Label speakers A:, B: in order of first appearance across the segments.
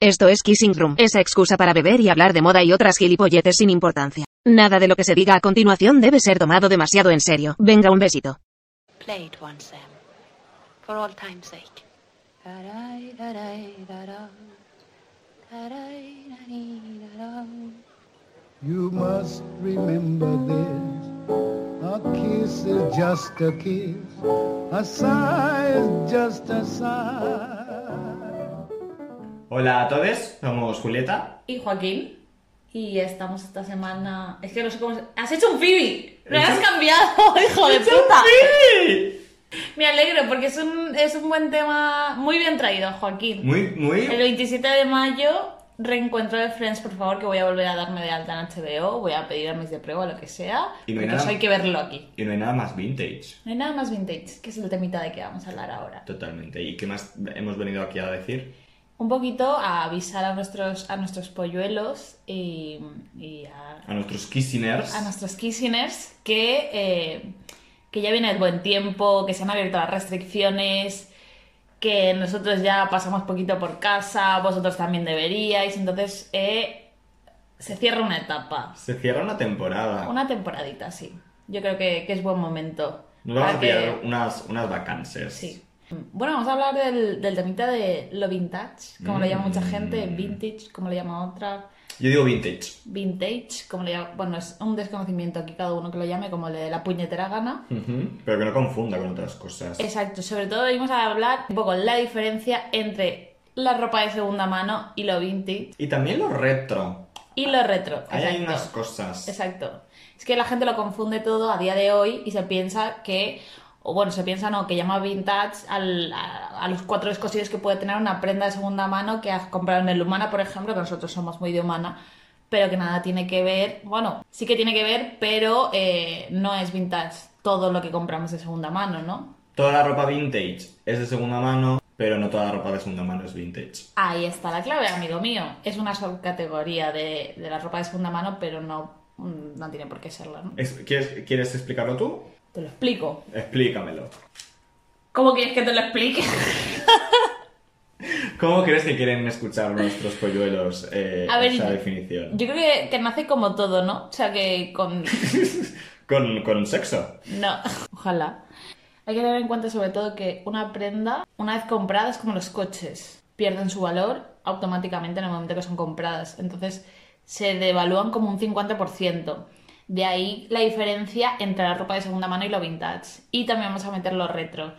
A: Esto es Kissing Room, esa excusa para beber y hablar de moda y otras gilipolletes sin importancia. Nada de lo que se diga a continuación debe ser tomado demasiado en serio. Venga, un besito.
B: Play it once, Sam. For all time's sake.
C: You must remember this. A kiss is just a kiss. A sigh is just a sigh.
D: Hola a todos, somos Julieta.
E: y Joaquín. Y estamos esta semana. Es que no sé cómo. se- ¡Has hecho un Phoebe! ¡Me has cambiado, hijo de puta! Me alegro porque es un, es un buen tema muy bien traído, Joaquín.
D: Muy,
E: El
D: muy.
E: 27 de mayo, reencuentro de Friends, por favor, que voy a volver a darme de alta en HBO. Voy a pedir a mis de prueba, lo que sea.
D: Y no hay
E: porque
D: nada-
E: eso hay que verlo aquí.
D: Y no hay nada más vintage.
E: No hay nada más vintage, que es el temita de que vamos a hablar ahora.
D: Totalmente. ¿Y qué más hemos venido aquí a decir?
E: Un poquito a avisar a nuestros, a nuestros polluelos y, y a
D: A nuestros kissiners.
E: a nuestros kissiners que, eh, que ya viene el buen tiempo, que se han abierto las restricciones, que nosotros ya pasamos poquito por casa, vosotros también deberíais, entonces eh, se cierra una etapa,
D: Se cierra una temporada.
E: una temporadita, sí. Yo creo que, que es buen momento.
D: Nos vamos
E: para
D: a
E: que-
D: pillar unas, unas vacances.
E: Sí. Bueno, vamos a hablar del, del temita de lo vintage, como lo llama mucha gente,
D: Mm.
E: vintage, como lo llama otra.
D: Yo digo vintage.
E: vintage, como le llamo- bueno, es un desconocimiento aquí cada uno que lo llame como le dé la puñetera gana.
D: Ujú, Pero que no confunda con otras cosas.
E: Exacto, sobre todo venimos a hablar un poco la diferencia entre la ropa de segunda mano y lo vintage
D: Y también lo retro.
E: y lo retro.
D: Ahí hay
E: Exacto.
D: unas cosas.
E: Exacto. Es que la gente lo confunde todo a día de hoy y se piensa que, o bueno, se piensa no, que llama vintage al- a, a los cuatro escocidos que puede tener una prenda de segunda mano que has comprado en el Humana, por ejemplo, que nosotros somos muy de Humana, pero que nada tiene que ver, bueno, sí que tiene que ver, pero eh, no es vintage todo lo que compramos de segunda mano, ¿no?
D: Toda la ropa vintage es de segunda mano, pero no toda la ropa de segunda mano es vintage.
E: Ahí está la clave, amigo mío. Es una subcategoría de, de la ropa de segunda mano, pero no, mm, no tiene por qué serlo, ¿no?
D: Es- ¿Quieres, ¿Quieres explicarlo tú?
E: Te lo explico.
D: Explícamelo.
E: ¿Cómo quieres que te lo explique?
D: ¿Cómo crees que quieren escuchar nuestros polluelos eh,
E: A ver,
D: esa
E: yo-
D: definición?
E: Yo creo que, que nace como todo, ¿no? O sea, que con...
D: Con, con sexo.
E: No, ojalá. Hay que tener en cuenta sobre todo que una prenda, una vez comprada, es como los coches. Pierden su valor automáticamente en el momento que son compradas. Entonces se devalúan como un 50%. De ahí la diferencia entre la ropa de segunda mano y lo vintage. Y también vamos a meter lo retro.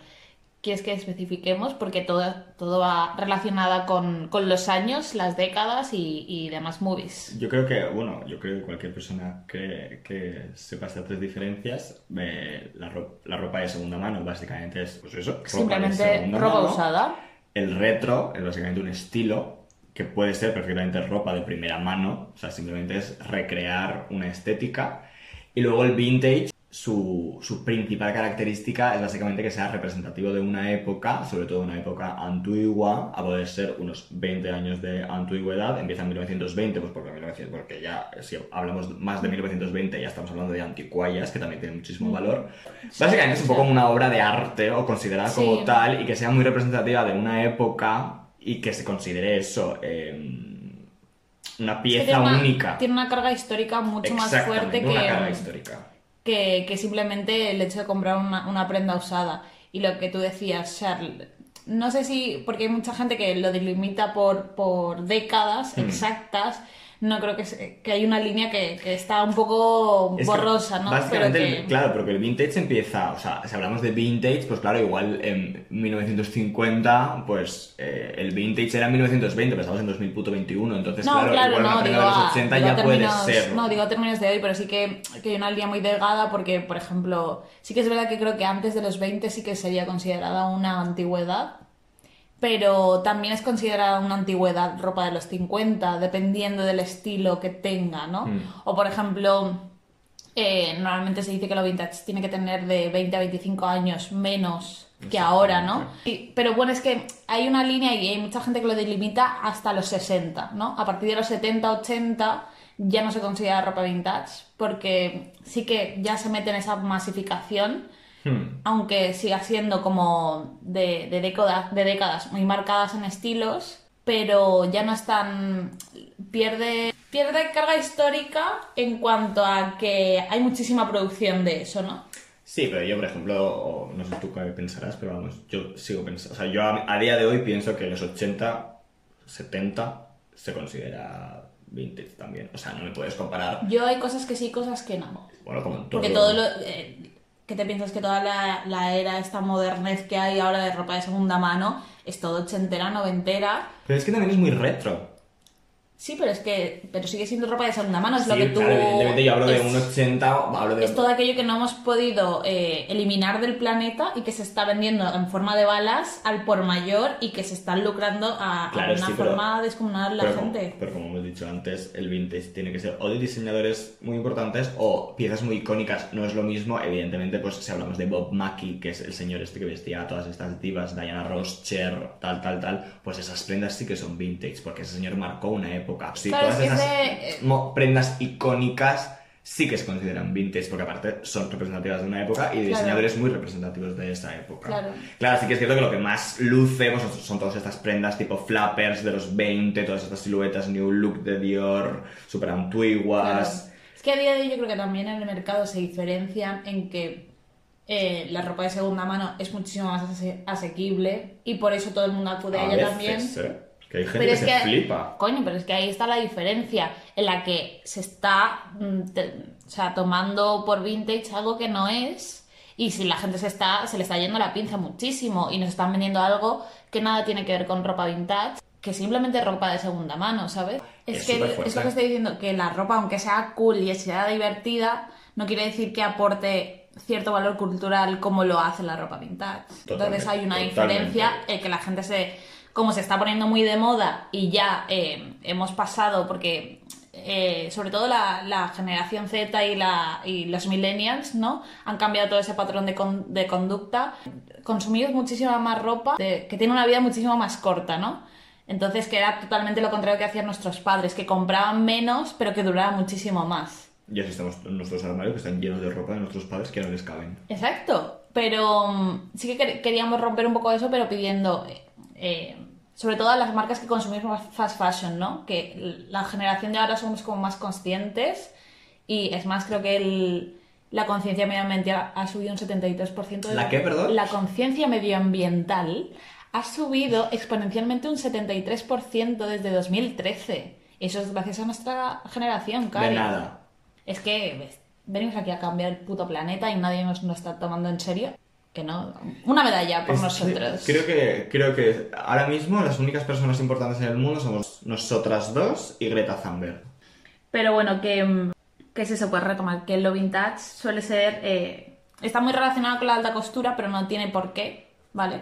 E: Quieres que especifiquemos porque todo, todo va relacionada con, con los años, las décadas y, y demás movies.
D: Yo creo que, bueno, yo creo que cualquier persona que, que sepa estas tres diferencias, eh, la, ro- la ropa de segunda mano básicamente es, pues eso, ropa de
E: Simplemente
D: segunda
E: ropa
D: mano.
E: usada.
D: El retro es básicamente un estilo que puede ser perfectamente ropa de primera mano, o sea, simplemente es recrear una estética. Y luego el vintage, su, su principal característica es básicamente que sea representativo de una época, sobre todo una época antigua, a poder ser unos 20 años de antigüedad. Empieza en 1920, pues porque, 1900 porque ya, si hablamos más de 1920, ya estamos hablando de anticuallas, que también tiene muchísimo valor. Básicamente es un poco una obra de arte o considerada como
E: Sí.
D: tal tal, y que sea muy representativa de una época y que se considere eso eh, una
E: Es que
D: pieza
E: tiene una-
D: única.
E: Tiene una carga histórica mucho más
D: Exactamente,
E: fuerte que,
D: una carga histórica.
E: que, que simplemente el hecho de comprar una, una prenda usada. Y lo que tú decías, Charles, no sé si, porque hay mucha gente que lo delimita por, por décadas
D: Hmm.
E: exactas. No creo que, se- que hay una línea que, que está un poco
D: Es que
E: borrosa, ¿no? Pero
D: Básicamente,
E: que-
D: el- claro, porque el vintage empieza, o sea, si hablamos de vintage, pues claro, igual en 1950, pues eh, el vintage era en 1920, pero estamos en 2021, entonces
E: No,
D: claro,
E: claro,
D: igual
E: no,
D: una prenda
E: digo, ah,
D: de
E: a-
D: los 80
E: digo a
D: ya puede
E: términos-
D: ser.
E: No, digo a términos de hoy, pero sí que, que hay una línea muy delgada porque, por ejemplo, sí que es verdad que creo que antes de los 20 sí que sería considerada una antigüedad, pero también es considerada una antigüedad ropa de los 50, dependiendo del estilo que tenga, ¿no?
D: Mm.
E: O, por ejemplo, eh, normalmente se dice que lo vintage tiene que tener de 20 a 25 años menos que ahora, ¿no? Y- pero bueno, es que hay una línea y hay mucha gente que lo delimita hasta los 60, ¿no? A partir de los 70, 80 ya no se considera ropa vintage porque sí que ya se mete en esa masificación,
D: Hmm.
E: aunque siga siendo como de, de década- de décadas muy marcadas en estilos, pero ya no es tan... pierde, pierde carga histórica en cuanto a que hay muchísima producción de eso, ¿no?
D: Sí, pero yo, por ejemplo, o no sé tú qué pensarás, pero vamos, yo sigo pensando. O sea, yo a, a día de hoy pienso que los 80, 70 se considera vintage también. O sea, no me puedes comparar.
E: Yo hay cosas que sí, cosas que no.
D: Bueno, como en todo.
E: Porque todo lo... eh, ¿Qué te piensas que toda la, la era, esta modernez que hay ahora de ropa de segunda mano, es todo ochentera, noventera?
D: Pero es que también es muy retro.
E: Sí, pero es que pero sigue siendo ropa de segunda mano, es lo
D: Sí,
E: que tú...
D: claro, evidentemente yo hablo de
E: es-
D: un 80, hablo de.
E: Es todo aquello que no hemos podido eh, eliminar del planeta y que se está vendiendo en forma de balas al por mayor y que se están lucrando a, a
D: Claro,
E: una
D: sí, pero-
E: forma de descomunal la
D: pero
E: gente.
D: Como, pero como hemos dicho antes, el vintage tiene que ser o de diseñadores muy importantes o piezas muy icónicas. No es lo mismo, evidentemente, pues si hablamos de Bob Mackie, que es el señor este que vestía a todas estas divas, Diana Ross, Cher, tal, tal, tal, pues esas prendas sí que son vintage, porque ese señor marcó una época. Sí,
E: Claro,
D: todas
E: es que
D: esas
E: ese, eh,
D: mo- prendas icónicas sí que se consideran vintage, porque aparte son representativas de una época y de
E: Claro.
D: diseñadores muy representativos de esa época.
E: Claro.
D: Claro, sí que es cierto que lo que más luce pues, son- son todas estas prendas tipo flappers de los 20, todas estas siluetas New Look de Dior, súper
E: Claro.
D: antiguas.
E: Es que a día de hoy yo creo que también en el mercado se diferencian en que eh, la ropa de segunda mano es muchísimo más ase- asequible y por eso todo el mundo acude a,
D: A
E: ella también.
D: veces, ¿eh? Que hay gente
E: Pero
D: que
E: es
D: se
E: que-
D: flipa.
E: Coño, pero es que ahí está la diferencia en la que se está mm, te- o sea, tomando por vintage algo que no es y si la gente se está se le está yendo la pinza muchísimo y nos están vendiendo algo que nada tiene que ver con ropa vintage, que simplemente ropa de segunda mano, ¿sabes? Es,
D: Es
E: que
D: superfuerte.
E: es lo que estoy diciendo, que la ropa aunque sea cool y sea divertida, no quiere decir que aporte cierto valor cultural como lo hace la ropa vintage. Entonces
D: Totalmente,
E: hay una
D: totalmente.
E: diferencia el que la gente se. Como se está poniendo muy de moda y ya eh, hemos pasado, porque eh, sobre todo la, la generación Z y, la, y los millennials, ¿no? Han cambiado todo ese patrón de, con- de conducta. Consumimos muchísima más ropa, de- que tiene una vida muchísimo más corta, ¿no? Entonces, que era totalmente lo contrario que hacían nuestros padres, que compraban menos, pero que duraba muchísimo más.
D: Y así estamos en nuestros armarios que están llenos de ropa de nuestros padres que no les caben.
E: Exacto, pero mm, sí que quer- queríamos romper un poco eso, pero pidiendo, eh, eh, sobre todo a las marcas que consumimos fast fashion, ¿no? Que l- la generación de ahora somos como más conscientes y es más, creo que el- la conciencia medioambiental ha subido un 73%. de-
D: ¿La qué, perdón?
E: La conciencia medioambiental ha subido exponencialmente un 73% desde 2013. Eso es gracias a nuestra generación, Cari.
D: De nada.
E: Es que ves, venimos aquí a cambiar el puto planeta y nadie nos, nos está tomando en serio. Que no. Una medalla por
D: Es que
E: nosotros.
D: Creo que, creo que ahora mismo las únicas personas importantes en el mundo somos nosotras dos y Greta Thunberg.
E: Pero bueno, que, mm, que es eso, pues retomar que lo vintage suele ser. eh, está muy relacionado con la alta costura, pero no tiene por qué, ¿vale?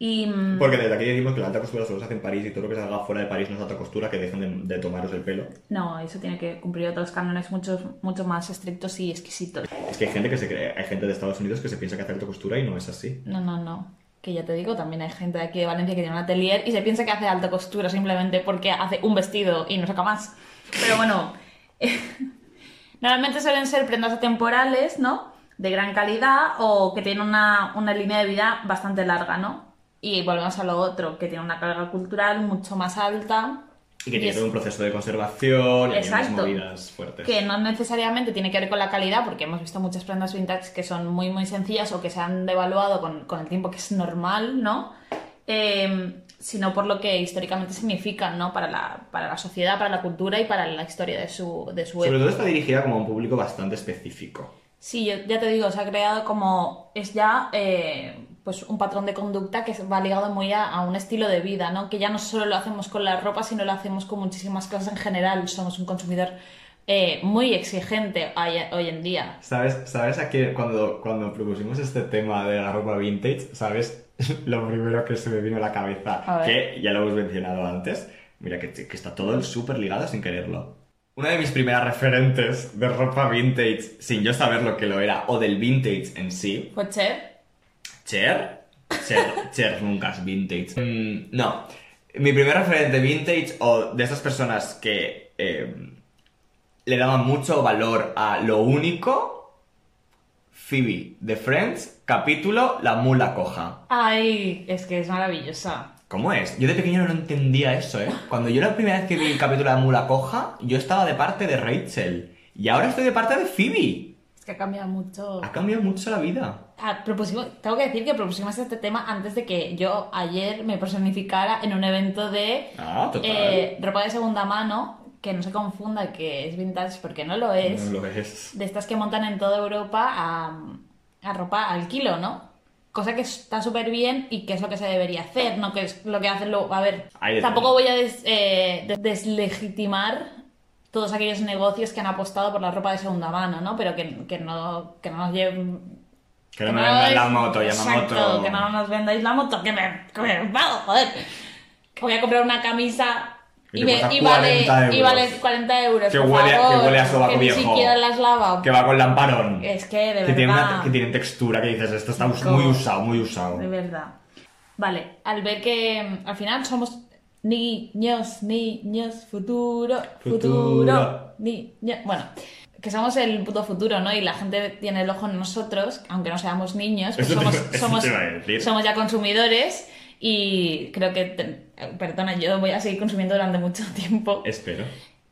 E: Y. mm,
D: Porque desde aquí decimos que la alta costura solo se hace en París y todo lo que salga fuera de París no es alta costura, que dejen de, de tomaros el pelo.
E: No, eso tiene que cumplir otros cánones mucho, mucho más estrictos y exquisitos.
D: Es que hay gente que se cree, hay gente de Estados Unidos que se piensa que hace alta costura y no es así.
E: No, no, no. Que ya te digo, también hay gente de aquí de Valencia que tiene un atelier y se piensa que hace alta costura simplemente porque hace un vestido y no saca más. Pero bueno, normalmente suelen ser prendas atemporales, ¿no? De gran calidad o que tienen una, una línea de vida bastante larga, ¿no? Y volvemos a lo otro, que tiene una carga cultural mucho más alta.
D: Y que
E: Y
D: tiene
E: es-
D: todo un proceso de conservación y hay unas
E: Exacto.
D: movidas fuertes.
E: Que no necesariamente tiene que ver con la calidad, porque hemos visto muchas prendas vintage que son muy, muy sencillas o que se han devaluado con, con el tiempo, que es normal, ¿no? Eh, sino por lo que históricamente significan, ¿no? Para la, para la sociedad, para la cultura y para la historia de su, de su
D: Sobre
E: época.
D: todo está dirigida como a un público bastante específico.
E: Sí, yo- ya te digo, se ha creado como. Es ya eh, pues un patrón de conducta que va ligado muy a, a un estilo de vida, ¿no? Que ya no solo lo hacemos con la ropa, sino lo hacemos con muchísimas cosas en general. Somos un consumidor eh, muy exigente hoy, hoy en día.
D: ¿Sabes, sabes a qué- cuando, cuando propusimos este tema de la ropa vintage, sabes lo primero que se me vino a la cabeza?
E: A ver.
D: Que ya lo hemos mencionado antes. Mira, que, que está todo súper ligado sin quererlo. Una de mis primeras referentes de ropa vintage, sin yo saber lo que lo era, o del vintage en sí,
E: Pues Cher,
D: Cher. Cher, Cher nunca es vintage. Mm, no. Mi primer referente vintage o de esas personas que eh, le daban mucho valor a lo único, Phoebe de Friends, capítulo La mula coja.
E: ay, es que es maravillosa.
D: ¿Cómo es? Yo de pequeño no entendía eso, ¿eh? Cuando yo la primera vez que vi el capítulo de la mula coja, yo estaba de parte de Rachel. Y ahora estoy de parte de Phoebe.
E: Es que ha cambiado mucho.
D: Ha cambiado mucho la vida.
E: Ah, propusimos- tengo que decir que propusimos este tema antes de que yo ayer me personificara en un evento de
D: Ah, total.
E: eh, ropa de segunda mano, que no se confunda que es vintage porque no lo es,
D: No lo es.
E: de estas que montan en toda Europa a, a ropa al kilo, ¿no? Cosa que está súper bien y que es lo que se debería hacer, no que es lo que hacen luego. A ver,
D: Hay de
E: tampoco
D: todo.
E: voy a des- eh, de- deslegitimar todos aquellos negocios que han apostado por la ropa de segunda mano, ¿no? Pero que, que no, que no nos lleven
D: Que no me vendan la
E: es-
D: moto,
E: Exacto,
D: Yamamoto.
E: que no nos vendáis la moto, que me, que me enfado, joder. Que voy a comprar una camisa
D: Que
E: y,
D: te
E: me,
D: cuesta
E: y vale,
D: 40 euros.
E: y vale 40 euros.
D: Que
E: por
D: huele a- que
E: favor,
D: huele a sobaco
E: que
D: viejo.
E: Ni siquiera las lava.
D: Que va con lamparón.
E: Es que, de
D: Que tiene,
E: verdad.
D: una- que tiene textura, que dices, esto está
E: Chico.
D: muy usado, muy usado.
E: De verdad. Vale, al ver que mm, al final somos niños, niños, futuro, futuro,
D: Futuro.
E: niños. Bueno, que somos el puto futuro, ¿no? Y la gente tiene el ojo en nosotros, aunque no seamos niños, pues
D: Eso te
E: somos,
D: iba- eso
E: somos,
D: te iba a decir.
E: somos ya consumidores y creo que, te- perdona, yo voy a seguir consumiendo durante mucho tiempo.
D: Espero.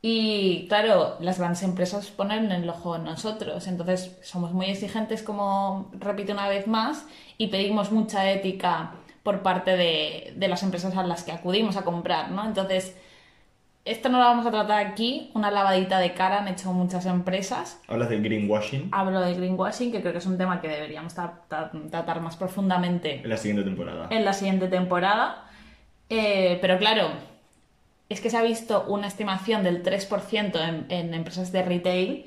E: Y claro, las grandes empresas ponen el ojo en nosotros, entonces somos muy exigentes, como repito una vez más, y pedimos mucha ética por parte de, de las empresas a las que acudimos a comprar, ¿no? Entonces, esto no lo vamos a tratar aquí, una lavadita de cara han hecho muchas empresas.
D: Hablas del greenwashing
E: Hablo de greenwashing, que creo que es un tema que deberíamos tra- tra- tratar más profundamente
D: en la siguiente temporada.
E: en la siguiente temporada. Eh, pero claro, es que se ha visto una estimación del 3% en, en empresas de retail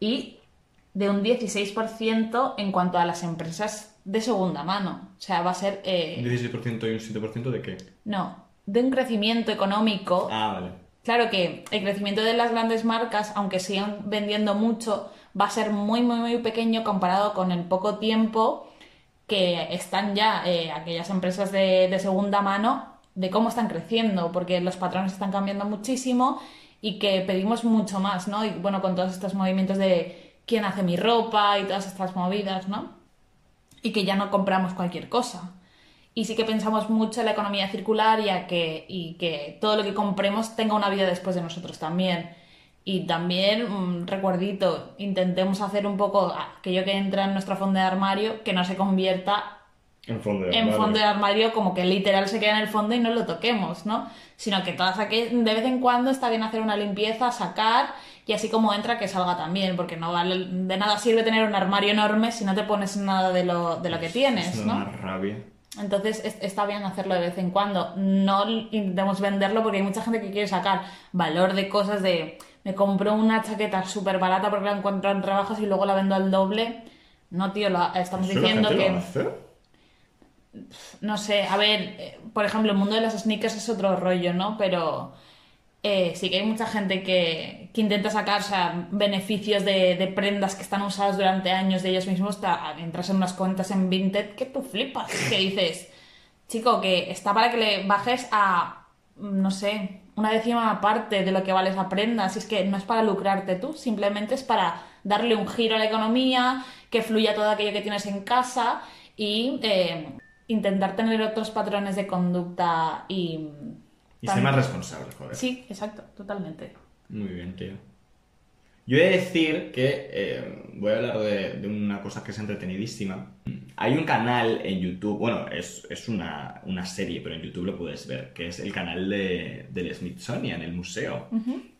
E: y de un 16% en cuanto a las empresas de segunda mano. O sea, va a ser...
D: ¿Un
E: eh,
D: 16% y un 7% de qué?
E: no, de un crecimiento económico.
D: Ah, vale.
E: Claro que el crecimiento de las grandes marcas, aunque sigan vendiendo mucho, va a ser muy, muy, muy pequeño comparado con el poco tiempo que están ya eh, aquellas empresas de, de segunda mano de cómo están creciendo, porque los patrones están cambiando muchísimo y que pedimos mucho más, ¿no? Y bueno, con todos estos movimientos de quién hace mi ropa y todas estas movidas, ¿no? y que ya no compramos cualquier cosa. Y sí que pensamos mucho en la economía circular y, a que, y que todo lo que compremos tenga una vida después de nosotros también. Y también, un recuerdito, intentemos hacer un poco aquello que entra en nuestro fondo de armario que no se convierta
D: En fondo de
E: en
D: armario.
E: fondo de armario como que literal se queda en el fondo y no lo toquemos, ¿no? Sino que todas aquellas, de vez en cuando está bien hacer una limpieza, sacar y así como entra que salga también, porque no vale, de nada sirve tener un armario enorme si no te pones nada de lo, de lo que tienes,
D: Es una
E: ¿no?
D: rabia.
E: Entonces es- está bien hacerlo de vez en cuando, no intentemos venderlo porque hay mucha gente que quiere sacar valor de cosas de me compro una chaqueta súper barata porque la encuentro en rebajas y luego la vendo al doble. No, tío, la- estamos
D: ¿Eso la
E: diciendo
D: gente
E: que...
D: lo hace?
E: No sé, a ver, eh, por ejemplo, el mundo de las sneakers es otro rollo, ¿no? Pero eh, sí que hay mucha gente que, que intenta sacar, o sea, beneficios de, de prendas que están usadas durante años de ellos mismos. ta- Entras en unas cuentas en Vinted que tú flipas, que dices, chico, que está para que le bajes a, no sé, una décima parte de lo que vale esa prenda. Así es que no es para lucrarte tú, simplemente es para darle un giro a la economía, que fluya todo aquello que tienes en casa y eh, intentar tener otros patrones de conducta y...
D: Y ser más responsable, joder.
E: Sí, exacto, totalmente.
D: Muy bien, tío. Yo he de decir que eh, voy a hablar de, de una cosa que es entretenidísima. Hay un canal en YouTube, bueno, es, es una, una serie, pero en YouTube lo puedes ver, que es el canal de, del Smithsonian, el museo,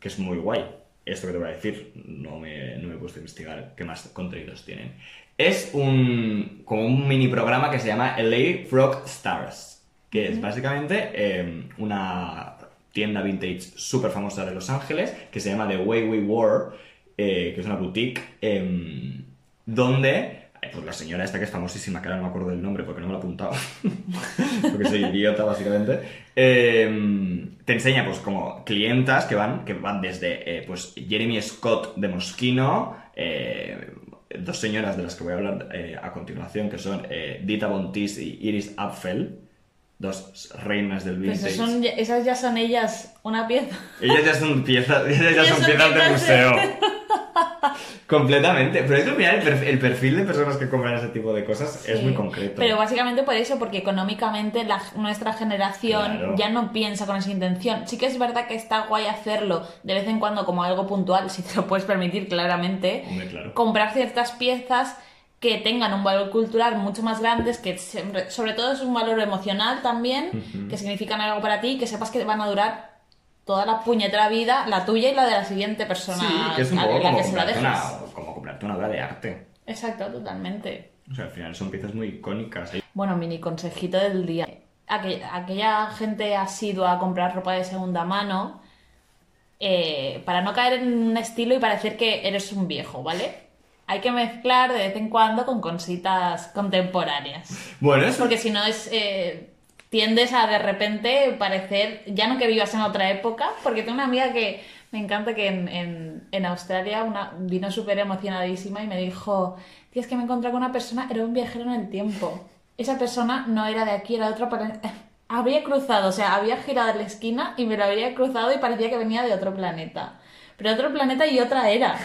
D: que es muy guay. Esto que te voy a decir, no me, no me he puesto a investigar qué más contenidos tienen. Es un, como un mini programa que se llama LA Frog Stars, que es básicamente eh, una tienda vintage súper famosa de Los Ángeles que se llama The Way We Wore, eh, que es una boutique em, donde eh, pues la señora esta que es famosísima, que ahora no me acuerdo del nombre porque no me lo he apuntado, porque soy idiota básicamente, em, te enseña pues como clientas que van, que van desde eh, pues Jeremy Scott de Moschino, eh, dos señoras de las que voy a hablar eh, a continuación, que son eh, Dita Bontis y Iris Apfel, dos reinas del
E: Pues
D: vintage.
E: esas son- esas ya son ellas una pieza.
D: Ellas ya son piezas, ellas ya
E: Ellas
D: son
E: son
D: piezas de
E: piezas de-
D: museo. Completamente. Pero hay que mirar el, perf- el perfil de personas que compran ese tipo de cosas es
E: Sí.
D: muy concreto.
E: Pero básicamente por eso, porque económicamente la- nuestra generación
D: Claro.
E: ya no piensa con esa intención. Sí que es verdad que está guay hacerlo de vez en cuando como algo puntual, si te lo puedes permitir claramente,
D: Hombre, claro.
E: comprar ciertas piezas que tengan un valor cultural mucho más grande, que siempre- sobre todo es un valor emocional también,
D: Ujú.
E: que significan algo para ti, que sepas que van a durar toda la puñetera vida, la tuya y la de la siguiente persona
D: Sí, que es un
E: a
D: poco
E: la
D: como
E: que se la
D: comprarte, una,
E: dejas.
D: como comprarte una obra de arte.
E: Exacto, totalmente.
D: O sea, al final son piezas muy icónicas.
E: Bueno, mini consejito del día. Aquella, aquella gente asidua a comprar ropa de segunda mano, eh, para no caer en un estilo y parecer que eres un viejo, ¿vale? Hay que mezclar de vez en cuando con cositas contemporáneas.
D: Bueno, eso
E: Porque si no es... eh, tiendes a de repente parecer... Ya no que vivas en otra época, porque tengo una amiga que... Me encanta que en, en- en Australia una, vino súper emocionadísima y me dijo, tío, es que me encontré con una persona, era un viajero en el tiempo. Esa persona no era de aquí, era de otra... pare- Habría cruzado, o sea, había girado la esquina y me lo habría cruzado y parecía que venía de otro planeta. Pero otro planeta y otra era.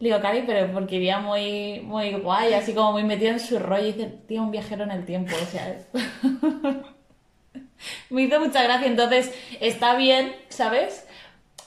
E: Le digo, Cari, pero porque iría muy, muy guay, así como muy metido en su rollo. Y dice, tío, un viajero en el tiempo, o sea, es- me hizo mucha gracia. Entonces, está bien, ¿sabes?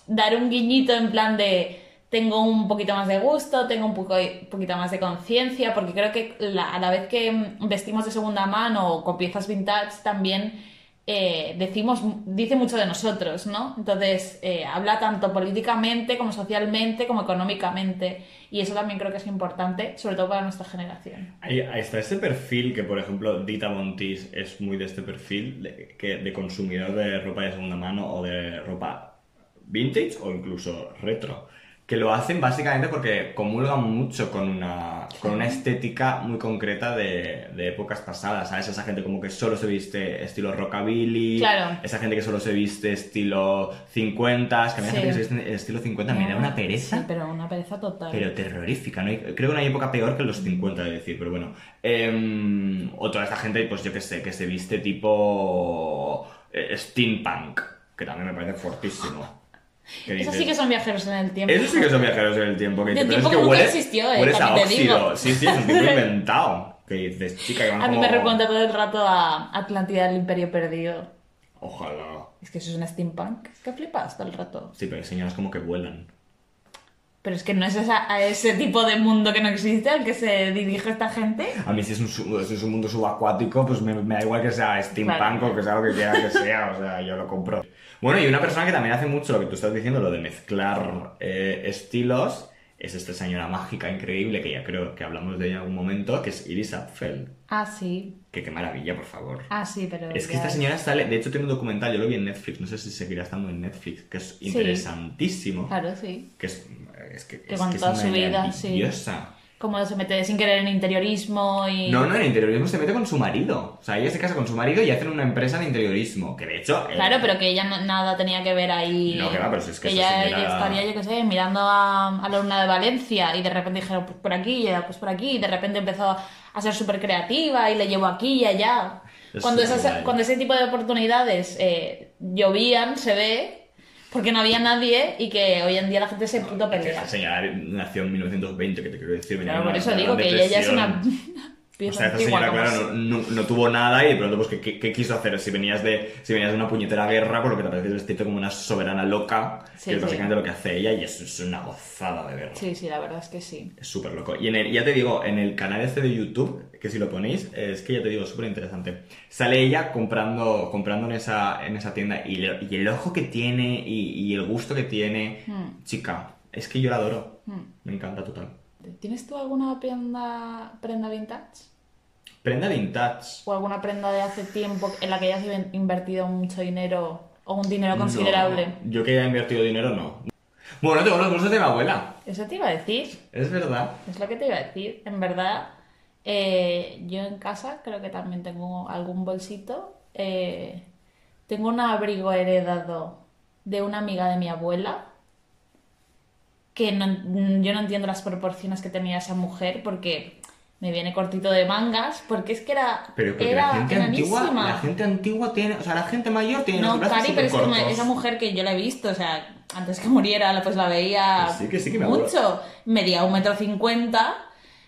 E: Dar un guiñito en plan de, tengo un poquito más de gusto, tengo un poco, poquito más de conciencia, porque creo que la- a la vez que mm, vestimos de segunda mano o con piezas vintage, también eh, decimos, dice mucho de nosotros, ¿no? Entonces, eh, habla tanto políticamente como socialmente como económicamente. Y eso también creo que es importante, sobre todo para nuestra generación.
D: Ahí, ahí está este perfil que, por ejemplo, Dita Montis es muy de este perfil de, que, de consumidor de ropa de segunda mano o de ropa vintage o incluso retro. Que lo hacen básicamente porque comulgan mucho con una, con una estética muy concreta de, de épocas pasadas, ¿sabes? Esa gente como que solo se viste estilo rockabilly,
E: Claro.
D: esa gente que solo se viste estilo 50, que a mí la
E: Sí.
D: gente que se viste estilo 50 me da una pereza.
E: Sí, pero una pereza total.
D: Pero terrorífica, ¿no? Hay- Creo que no hay época peor que los
E: Mm.
D: 50 de decir, pero bueno. Em, o toda esta gente, pues yo que sé, que se viste tipo eh, steampunk, que también me parece fortísimo. Que
E: Eso
D: dices,
E: sí que son viajeros en el tiempo.
D: Eso sí que son viajeros en el tiempo. Que
E: Del
D: dices, pero
E: tiempo
D: es que
E: que nunca
D: hueles-
E: existió, eh,
D: hueles a
E: también te
D: óxido.
E: digo.
D: Sí, sí, es un tipo inventado. Que dices, chica, que van
E: A mí
D: como-
E: me recuerda todo el rato a Atlántida del Imperio Perdido.
D: Ojalá.
E: Es que eso es un steampunk. Es que flipas todo el rato.
D: Sí, pero hay señoras como que vuelan.
E: Pero es que no es esa- a ese tipo de mundo que no existe al que se dirige esta gente.
D: A mí si es un, su- si es un mundo subacuático, pues me, me da igual que sea steampunk
E: Claro.
D: o que sea lo que quiera que sea, o sea, yo lo compro. Bueno, y una persona que también hace mucho lo que tú estás diciendo, lo de mezclar eh, estilos, es esta señora mágica increíble, que ya creo que hablamos de ella en algún momento, que es Iris Apfel.
E: Ah, sí.
D: Que qué maravilla, por favor.
E: Ah, sí, pero.
D: Es que
E: ya
D: esta señora sale, de hecho tiene un documental, yo lo vi en Netflix, no sé si seguirá estando en Netflix, que es interesantísimo,
E: Claro, sí.
D: que es, es que,
E: Que
D: es,
E: con
D: que es
E: toda su vida, sí.
D: maravillosa.
E: Como se mete sin querer en interiorismo y.
D: No, no, en interiorismo se mete con su marido. O sea, ella se casa con su marido y hacen una empresa de interiorismo. Que de hecho. eh,
E: Claro, pero que ella no- nada tenía que ver ahí.
D: No, que va, pero si es que
E: ella,
D: esa señora-
E: ella estaría, yo qué sé, mirando a, a la luna de Valencia y de repente dijeron, pues por aquí, y ella, pues por aquí, y de repente empezó a ser súper creativa y le llevo aquí y allá.
D: Es
E: Cuando,
D: súper
E: esas-
D: guay.
E: cuando ese tipo de oportunidades eh, llovían, se ve, porque no había nadie y que hoy en día la gente se puto
D: que
E: pelea.
D: Esa señora nació en 1920, que te quiero decir. venía
E: Claro,
D: de
E: por
D: una-
E: eso
D: de
E: digo
D: una
E: que ella ya es una
D: depresión. O
E: pieza
D: sea, esta
E: antigua,
D: señora,
E: como
D: claro,
E: si-
D: no, no- no tuvo nada y de pronto, pues, ¿qué, qué- qué quiso hacer? Si venías, de, si venías de una puñetera guerra, por lo que te parece vestirte como una soberana loca,
E: Sí,
D: que es
E: sí.
D: básicamente lo que hace ella y eso es una gozada de verlo.
E: Sí, sí, la verdad es que sí.
D: Es súper loco. Y en el- ya te digo, en el canal este de YouTube, que si lo ponéis, es que ya te digo, es súper interesante. Sale ella comprando, comprando en, esa, en esa tienda y, le- y el ojo que tiene y, y el gusto que tiene.
E: Mm.
D: Chica, es que yo la adoro.
E: Mm.
D: Me encanta total.
E: ¿Tienes tú alguna prenda, prenda vintage?
D: Prenda vintage.
E: o alguna prenda de hace tiempo en la que hayas in- invertido mucho dinero o un dinero considerable.
D: No, yo que he invertido dinero, no. Bueno, tengo los bolsos de mi abuela.
E: Eso te iba a decir,
D: Es verdad.
E: es lo que te iba a decir. En verdad, eh, yo en casa creo que también tengo algún bolsito. eh, tengo un abrigo heredado de una amiga de mi abuela. que no- mm, yo no entiendo las proporciones que tenía esa mujer porque me viene cortito de mangas, porque es que era,
D: Pero porque
E: era
D: la gente antigua,
E: enanísima.
D: la gente antigua tiene, o sea, la gente mayor tiene los
E: No,
D: brazos
E: Cari, pero es que
D: supercortos.
E: ma- esa mujer que yo la he visto, o sea, antes que muriera, la- pues la veía
D: Que sí, que sí, que me
E: mucho. Medía un metro cincuenta,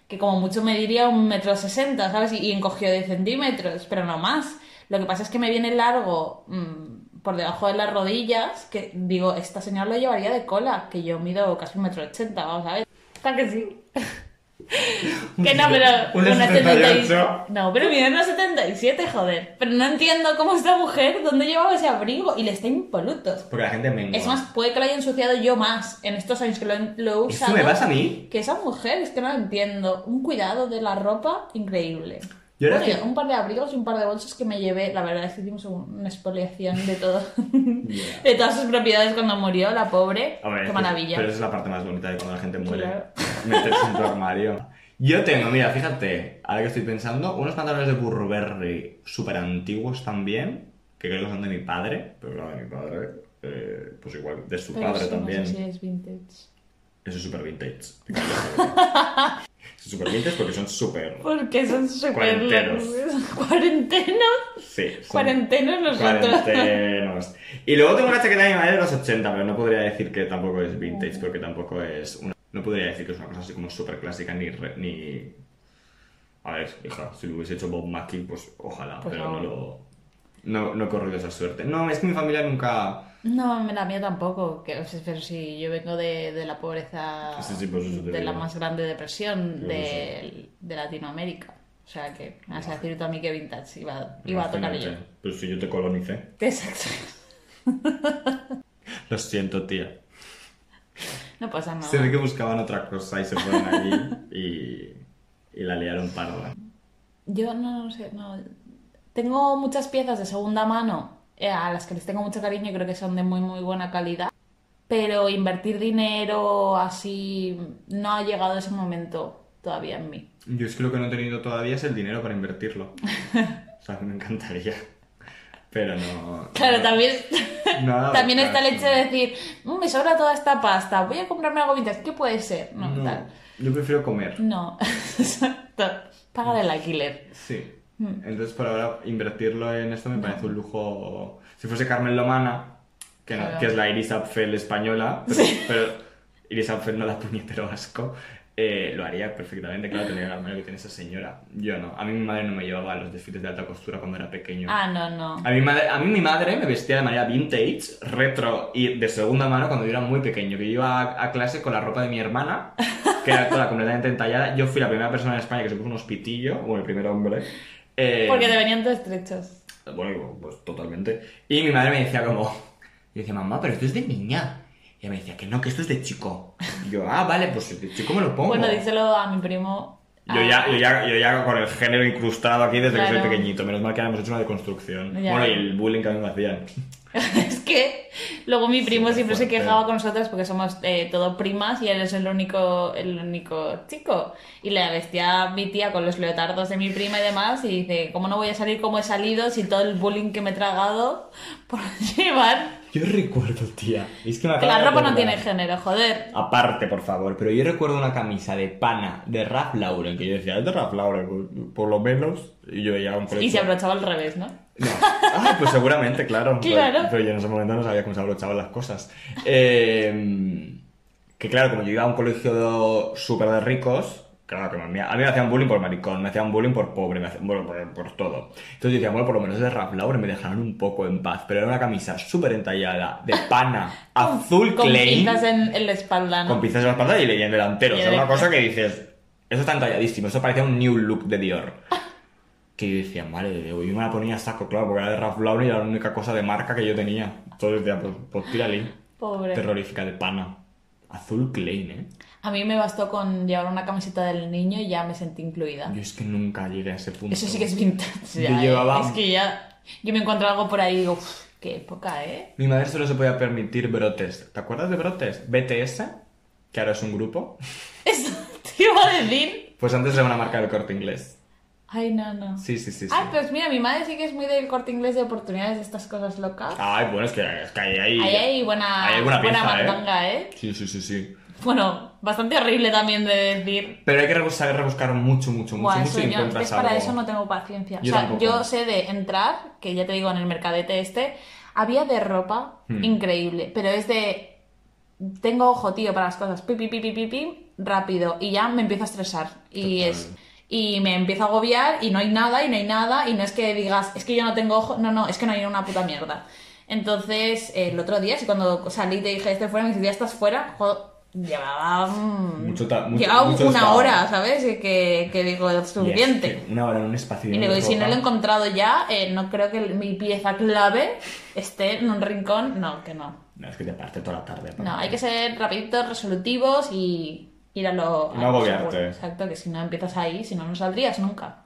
E: que como mucho mediría un metro sesenta, ¿sabes? Y, y encogió de centímetros, pero no más. Lo que pasa es que me viene largo mm, por debajo de las rodillas, que digo, esta señora lo llevaría de cola, que yo mido casi un metro ochenta, vamos a ver. Está que sí. Que no, pero.
D: Una
E: una
D: 78.
E: 70 y- No, pero mide una 77, joder. Pero no entiendo cómo esta mujer, dónde llevaba ese abrigo y le está impoluto.
D: Porque la gente me
E: Es más, puede que lo haya ensuciado yo más en estos años que lo, he- lo he
D: ¿Esto
E: usado.
D: me pasa a mí?
E: Que esa mujer, es que no la entiendo. Un cuidado de la ropa increíble.
D: Yo era
E: Bueno,
D: que-
E: Un par de abrigos y un par de bolsos que me llevé. La verdad es que hicimos un- una expoliación de todo.
D: Yeah.
E: de todas sus propiedades cuando murió, la pobre.
D: A ver, es
E: Qué
D: que-
E: maravilla.
D: Pero esa es la parte más bonita de cuando la gente muere.
E: Claro.
D: Meterse en tu armario. Yo tengo, mira, fíjate, ahora que estoy pensando, unos pantalones de Burberry súper antiguos también, que creo que son de mi padre, pero claro, de mi padre, eh, pues igual, de su
E: Pero
D: padre
E: sí,
D: también.
E: No sé si es vintage.
D: Eso es súper vintage. Eso es súper vintage porque son súper...
E: Porque son súper
D: Cuarentenos.
E: Cuarentenos.
D: Sí, son
E: Cuarentenos nosotros.
D: cuarentenos. Y luego tengo una chaqueta de mi madre de los 80, pero no podría decir que tampoco es vintage porque tampoco es una... No podría decir que es una cosa así como súper clásica ni... re- ni... A ver, hija, si lo hubiese hecho Bob Mackie, pues ojalá,
E: Pues
D: pero
E: no.
D: no lo... No, no he corrido esa suerte. No, es que mi familia nunca...
E: No, la mía tampoco, que, o sea, pero si yo vengo de, de la pobreza,
D: Sí, sí, pues eso te
E: de la
D: digo. Pues
E: más grande depresión
D: Yo
E: de, de Latinoamérica. O sea que me vas a decir tú a mí que vintage iba, iba a tocar yo.
D: Imagínate. Pues si yo te colonicé.
E: Exacto.
D: Lo siento, tía.
E: No pasa nada.
D: Se ve que buscaban otra cosa y se fueron allí y... Y la liaron parda.
E: Yo no, no sé, no. Tengo muchas piezas de segunda mano eh, a las que les tengo mucho cariño y creo que son de muy, muy buena calidad. Pero invertir dinero así no ha llegado ese momento todavía en mí.
D: Yo es que lo que no he tenido todavía es el dinero para invertirlo. o sea, me encantaría. Pero no.
E: Claro,
D: no-
E: también,
D: no ha dado
E: también está el
D: caso.
E: hecho de decir, "Mm, me sobra toda esta pasta, voy a comprarme algo vintage, ¿qué puede ser? No,
D: No,
E: tal. Mm.
D: yo prefiero comer.
E: No, exacto. Pagar el alquiler.
D: Sí.
E: Mm.
D: Entonces, por ahora, invertirlo en esto me parece un lujo. Si fuese Carmen Lomana, que, no-
E: Claro.
D: que es la Iris Apfel española, pero, pero Iris Apfel no da puñetero asco, eh, lo haría perfectamente. Claro, tenía el armario que tiene esa señora. Yo no. A mí mi madre no me llevaba a los desfiles de alta costura cuando era pequeño.
E: Ah, no, no.
D: A mi, madre, a mí mi madre me vestía de manera vintage, retro y de segunda mano cuando yo era muy pequeño, que yo iba a, a clase con la ropa de mi hermana, que era toda completamente entallada. Yo fui la primera persona en España que se puso unos pitillos, o el primer hombre. eh,
E: Porque te venían todos estrechos.
D: Bueno, pues totalmente. Y mi madre me decía como... Yo decía, mamá, pero esto es de niña. Y ella me decía, que no, que esto es de chico. Y yo, ah, vale, pues de chico me lo pongo.
E: Bueno, díselo a mi primo.
D: Yo ya, yo, ya, yo ya con el género incrustado aquí desde que soy
E: Claro.
D: pequeñito. Menos mal que ahora hemos hecho una deconstrucción.
E: Ya.
D: Bueno, y el bullying que a mí me hacían.
E: Es que luego mi primo
D: Sí,
E: siempre se
D: fuerte.
E: quejaba con nosotras porque somos eh, todo primas y él es el único, el único chico. Y le vestía a mi tía con los leotardos de mi prima y demás. Y dice, ¿cómo no voy a salir como he salido si todo el bullying que me he tragado por llevar?
D: Yo recuerdo, tía. Es que me
E: Que
D: acabo
E: la
D: de
E: ropa no
D: acordar.
E: tiene género, joder.
D: Aparte, por favor, pero yo recuerdo una camisa de pana de Ralph Lauren que yo decía, es de Ralph Lauren, por- por lo menos. Y yo ya un
E: Y se
D: precio-
E: abrochaba al revés, ¿no?
D: No. Ah, pues seguramente, claro. Pero-
E: Claro.
D: Pero, yo en ese momento no sabía cómo se abrochaban las cosas. Eh, que claro, como yo iba a un colegio súper de ricos, claro que me- a mí me hacían bullying por maricón, me hacían bullying por pobre, me hacían bueno, por, por todo. Entonces yo decía, bueno, por lo menos de Ralph Lauren me dejaron un poco en paz, pero era una camisa súper entallada, de pana, azul
E: Con
D: clay,
E: pinzas en, en la espalda, ¿no?
D: con pinzas en la espalda y en delantero.
E: Y
D: O sea, una
E: delantero.
D: cosa que dices, eso está entalladísimo, eso parecía un new look de Dior. Que yo decía, madre de Dios, yo me la ponía a saco, claro, porque era de Ralph Lauren y era la única cosa de marca que yo tenía. Entonces decía, pues, pues tírale.
E: Pobre.
D: Terrorífica de pana. Azul Klein, ¿eh?
E: A mí me bastó con llevar una camiseta del niño y ya me sentí incluida.
D: Yo es que nunca llegué a ese punto.
E: Eso sí que es vintage.
D: Yo
E: ya, ¿eh?
D: llevaba-
E: Es que ya. Yo me encuentro algo por ahí y digo, "Uf, qué época, ¿eh?
D: Mi madre solo se podía permitir brotes. ¿Te acuerdas de brotes? BTS, que ahora es un grupo.
E: Eso te iba a decir.
D: Pues antes era una marca del corte inglés.
E: Ay, no, no.
D: Sí, sí, sí. sí.
E: Ay, pues mira, mi madre sí que es muy del corte inglés de oportunidades de estas cosas locas.
D: Ay, bueno, es que, es que ahí hay.
E: Ahí hay buena,
D: ahí hay buena pinza, ¿eh?
E: mandanga, ¿eh?
D: Sí, sí, sí, sí.
E: Bueno, bastante horrible también de decir.
D: Pero hay que rebus- saber rebuscar mucho, mucho, mucho,
E: Buah,
D: mucho
E: eso
D: y
E: yo es
D: encuentras
E: para
D: algo.
E: eso no tengo paciencia.
D: Yo
E: o sea,
D: tampoco.
E: yo sé de entrar, que ya te digo, en el mercadete este, había de ropa
D: Hmm.
E: increíble, pero es de tengo ojo, tío, para las cosas, pi, pi, pi, pi, pi, pi, rápido, y ya me empiezo a estresar, y
D: Total.
E: es, y me empiezo a agobiar, y no hay nada, y no hay nada, y no es que digas, es que yo no tengo ojo, no, no, es que no hay una puta mierda. Entonces, eh, el otro día, si cuando salí te dije, este fuera, me dice, ya estás fuera, joder, llevaba, mm,
D: Mucho ta- mucho-
E: llevaba
D: mucho
E: una
D: estado.
E: hora, ¿sabes? Y Que, que digo, es
D: Y es
E: suficiente.
D: que una hora en un espacio
E: Y
D: de
E: le digo, y si no
D: ropa,
E: lo he encontrado ya, eh, no creo que mi pieza clave esté en un rincón. No, que no.
D: No, es que te parte toda la tarde. aparte.
E: No, hay que ser rapiditos, resolutivos y ir a lo... a
D: No
E: lo
D: agobiarte.
E: seguro. Exacto, que si no empiezas ahí, si no, no saldrías nunca.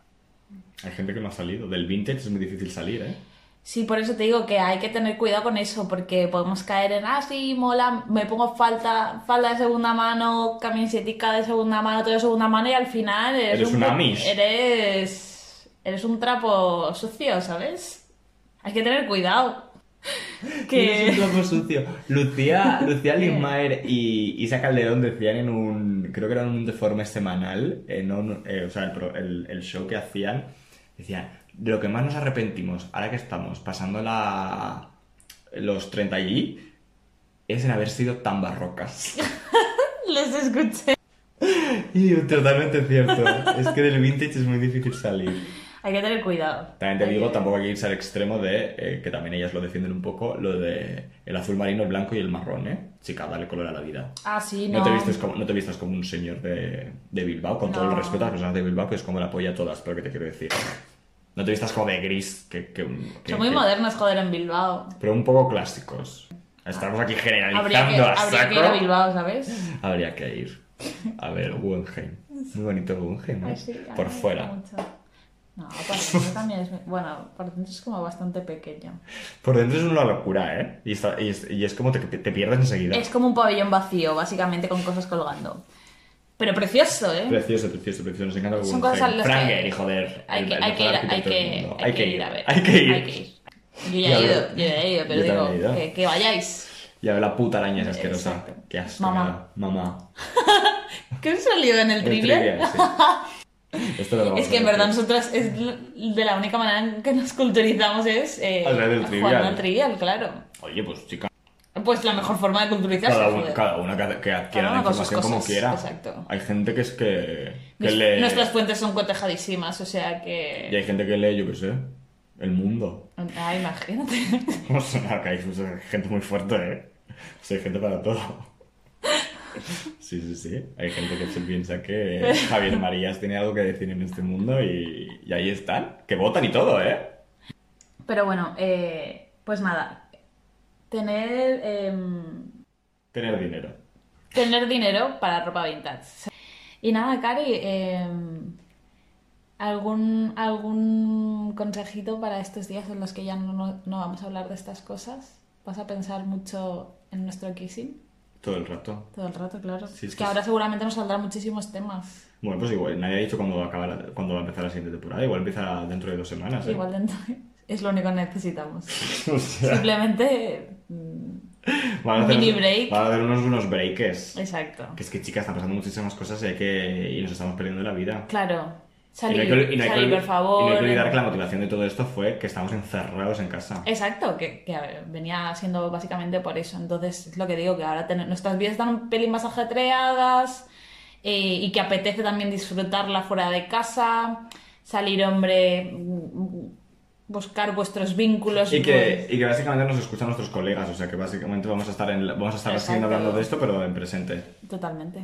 D: Hay gente que no ha salido. Del vintage es muy difícil salir, ¿eh?
E: Sí, por eso te digo que hay que tener cuidado con eso, porque podemos caer en, ah, sí, mola, me pongo falta, falda de segunda mano, camisetica de segunda mano, todo de segunda mano, y al final eres,
D: Eres un
E: pu-
D: Amish.
E: Eres, eres un trapo sucio, ¿sabes? Hay que tener cuidado.
D: Eres
E: Que...
D: un trapo sucio. Lucía, Lucía Lismaer y Isa Calderón decían en un. Creo que era en un deforme semanal. en un- eh, o sea, el, pro- el- el show que hacían. Decían: De lo que más nos arrepentimos, ahora que estamos pasando la, los 30 y. Es en haber sido tan barrocas.
E: Les escuché.
D: Y totalmente cierto. Es que del vintage es muy difícil salir.
E: Hay que tener cuidado.
D: También te
E: Hay
D: digo,
E: que-
D: tampoco hay que irse al extremo de, eh, que también ellas lo defienden un poco, lo de el azul marino, el blanco y el marrón, ¿eh? Chica, dale color a la vida.
E: Ah, sí,
D: No,
E: no.
D: te, vistes como, no te vistas como un señor de, de Bilbao, con todo el
E: No.
D: respeto a las personas de Bilbao, que es como la polla a todas, pero que te quiero decir. No te vistas como de gris, que... que, un- que-
E: Son muy
D: que-
E: modernos, joder, en Bilbao.
D: Pero un poco clásicos. Estamos aquí generalizando
E: Habría que,
D: a
E: habría que ir a
D: saco.
E: Bilbao, ¿sabes?
D: Habría que ir. A ver, Guggenheim. Muy bonito Guggenheim, ¿eh?
E: Ay, Ah, sí, a mí
D: Por
E: me gusta
D: fuera.
E: mucho. No, por dentro también es... Bueno, por dentro es como bastante pequeño.
D: Por dentro es una locura, ¿eh? Y, está- y es, y es como te, te pierdes enseguida.
E: Es como un pabellón vacío, básicamente, con cosas colgando. Pero precioso, ¿eh?
D: Precioso, precioso, precioso. Nos encanta
E: Son
D: Guggenheim.
E: cosas a las que-
D: Franguer, hijo de...
E: hay
D: el-
E: que,
D: el
E: hay que ir,
D: mejor
E: hay
D: arquitecto del
E: que,
D: mundo.
E: hay que ir a ver.
D: Hay que ir.
E: Yo ya
D: Y a
E: he ido,
D: ver.
E: yo ya he ido, pero
D: Yo también
E: digo,
D: he ido.
E: Que, que vayáis.
D: Y a ver la puta araña esa asquerosa.
E: Exacto.
D: Qué asco.
E: Mamá.
D: me da. Mamá.
E: ¿Qué salió en el
D: El
E: trivia?
D: sí. Esto lo vamos
E: Es que
D: a
E: en
D: ver.
E: verdad nosotras es l- de la única manera en que nos culturizamos es eh,
D: A través del
E: jugando
D: trivial.
E: al trivial, claro.
D: Oye, pues chica,
E: Pues la mejor forma de culturizarse.
D: cada, uno
E: joder.
D: cada una que, que adquiera la
E: Cada uno con sus
D: información como
E: cosas,
D: quiera.
E: exacto.
D: Hay gente que es que... que
E: Mis-
D: lee...
E: Nuestras fuentes son cotejadísimas, o sea
D: Y
E: que.
D: hay gente que lee, yo qué sé, El Mundo.
E: Ah, imagínate.
D: No sonar que hay gente muy fuerte, ¿eh? O sea, hay gente para todo. Sí, sí, sí. Hay gente que se piensa que Javier Marías tiene algo que decir en este mundo y, y ahí están, que votan y todo, ¿eh?
E: Pero bueno, eh, pues nada. Tener. em,
D: Tener dinero.
E: tener dinero para ropa vintage. Y nada, Cari, eh, ¿algún, ¿algún consejito para estos días en los que ya no, no- no vamos a hablar de estas cosas? ¿Vas a pensar mucho en nuestro kissing?
D: Todo el rato.
E: Todo el rato, claro.
D: Sí, es
E: es que,
D: que
E: ahora
D: sí.
E: seguramente nos saldrán muchísimos temas.
D: Bueno, pues igual, nadie ha dicho cuándo va, a acabar la- cuándo va a empezar la siguiente temporada. Igual empieza dentro de dos semanas, ¿eh?
E: Igual dentro es lo único que necesitamos.
D: O sea,
E: Simplemente... mm,
D: van a hacer,
E: mini break.
D: Van a hacer unos, unos breaks.
E: Exacto.
D: Que es que, chicas, están pasando muchísimas cosas y, hay que, y nos estamos perdiendo la vida.
E: Claro.
D: Y no
E: Salir,
D: hay que- y no hay que-
E: salir, por
D: Y
E: favor. eh.
D: no hay que olvidar que la motivación de todo esto fue que estamos encerrados en casa.
E: Exacto, que, que, a ver, venía siendo básicamente por eso. Entonces, es lo que digo, que ahora ten- nuestras vidas están un pelín más ajetreadas eh, y que apetece también disfrutarla fuera de casa, salir, hombre, mm, buscar vuestros vínculos.
D: Y que, y que básicamente nos escuchan nuestros colegas, o sea que básicamente vamos a estar, en, la- vamos a estar
E: Exacto.
D: siguiendo hablando de esto, pero en presente,
E: vues- Totalmente.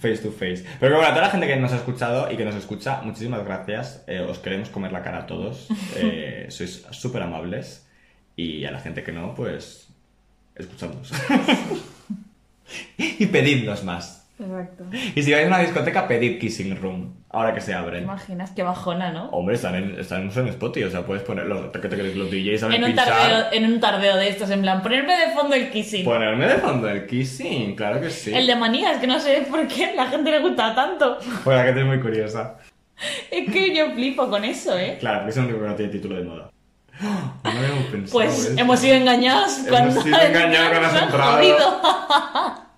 D: face to face. Pero bueno, a toda la gente que nos ha escuchado y que nos escucha, muchísimas gracias. Eh, os queremos comer la cara a todos. Eh, sois súper amables. Y a la gente que no, pues escuchadnos. y pedidnos más.
E: Exacto.
D: Y si vais a una discoteca, pedid Kissing Room, ahora que se
E: ¿Te
D: abren.
E: imaginas qué bajona, no?
D: Hombre, están en, están en Spotify, o sea, puedes poner los, que te crees? los DJs saben
E: En un, tardeo,
D: pinchar. Pues
E: en un tardeo de estos, en plan, ponerme de fondo el kissing.
D: Ponerme de fondo el kissing, claro que sí.
E: El de manías, que no sé por qué la gente le gusta tanto.
D: Bueno, la gente es muy curiosa.
E: Es que yo flipo con eso, ¿eh?
D: Claro, porque es el único que no tiene título de moda. ¡Ah! No lo habíamos pensado. ¿eh?
E: Pues
D: esto.
E: hemos sido engañados
D: Hemos
E: cuando
D: sido engañados con las
E: nos han
D: entradas.
E: jodido.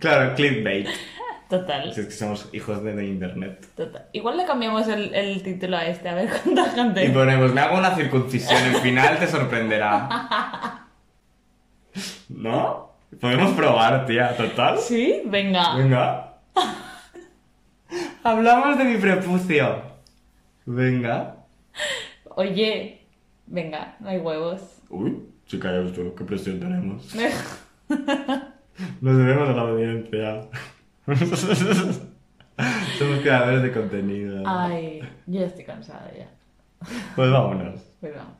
D: Claro, clickbait.
E: Total,
D: Si es que somos hijos de, de internet.
E: total. Igual le cambiamos el, el título a este, a ver cuánta gente.
D: Y ponemos, me hago una circuncisión, el final te sorprenderá. ¿No? Podemos probar, tía, total.
E: ¿Sí? Venga.
D: Venga. Hablamos de mi prepucio. Venga.
E: Oye, venga, no hay huevos.
D: Uy, chica, ya ves tú, qué presión tenemos. Nos debemos a la audiencia. Somos creadores de contenido.
E: Ay, yo estoy cansada ya.
D: Pues vámonos.
E: Pues vamos.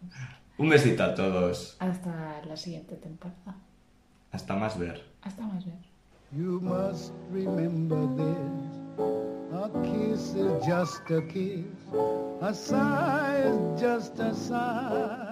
D: Un besito a todos.
E: Hasta la siguiente temporada.
D: Hasta más ver.
E: Hasta más bien.
C: You must remember this. A kiss is just a kiss. A sigh is just a sigh.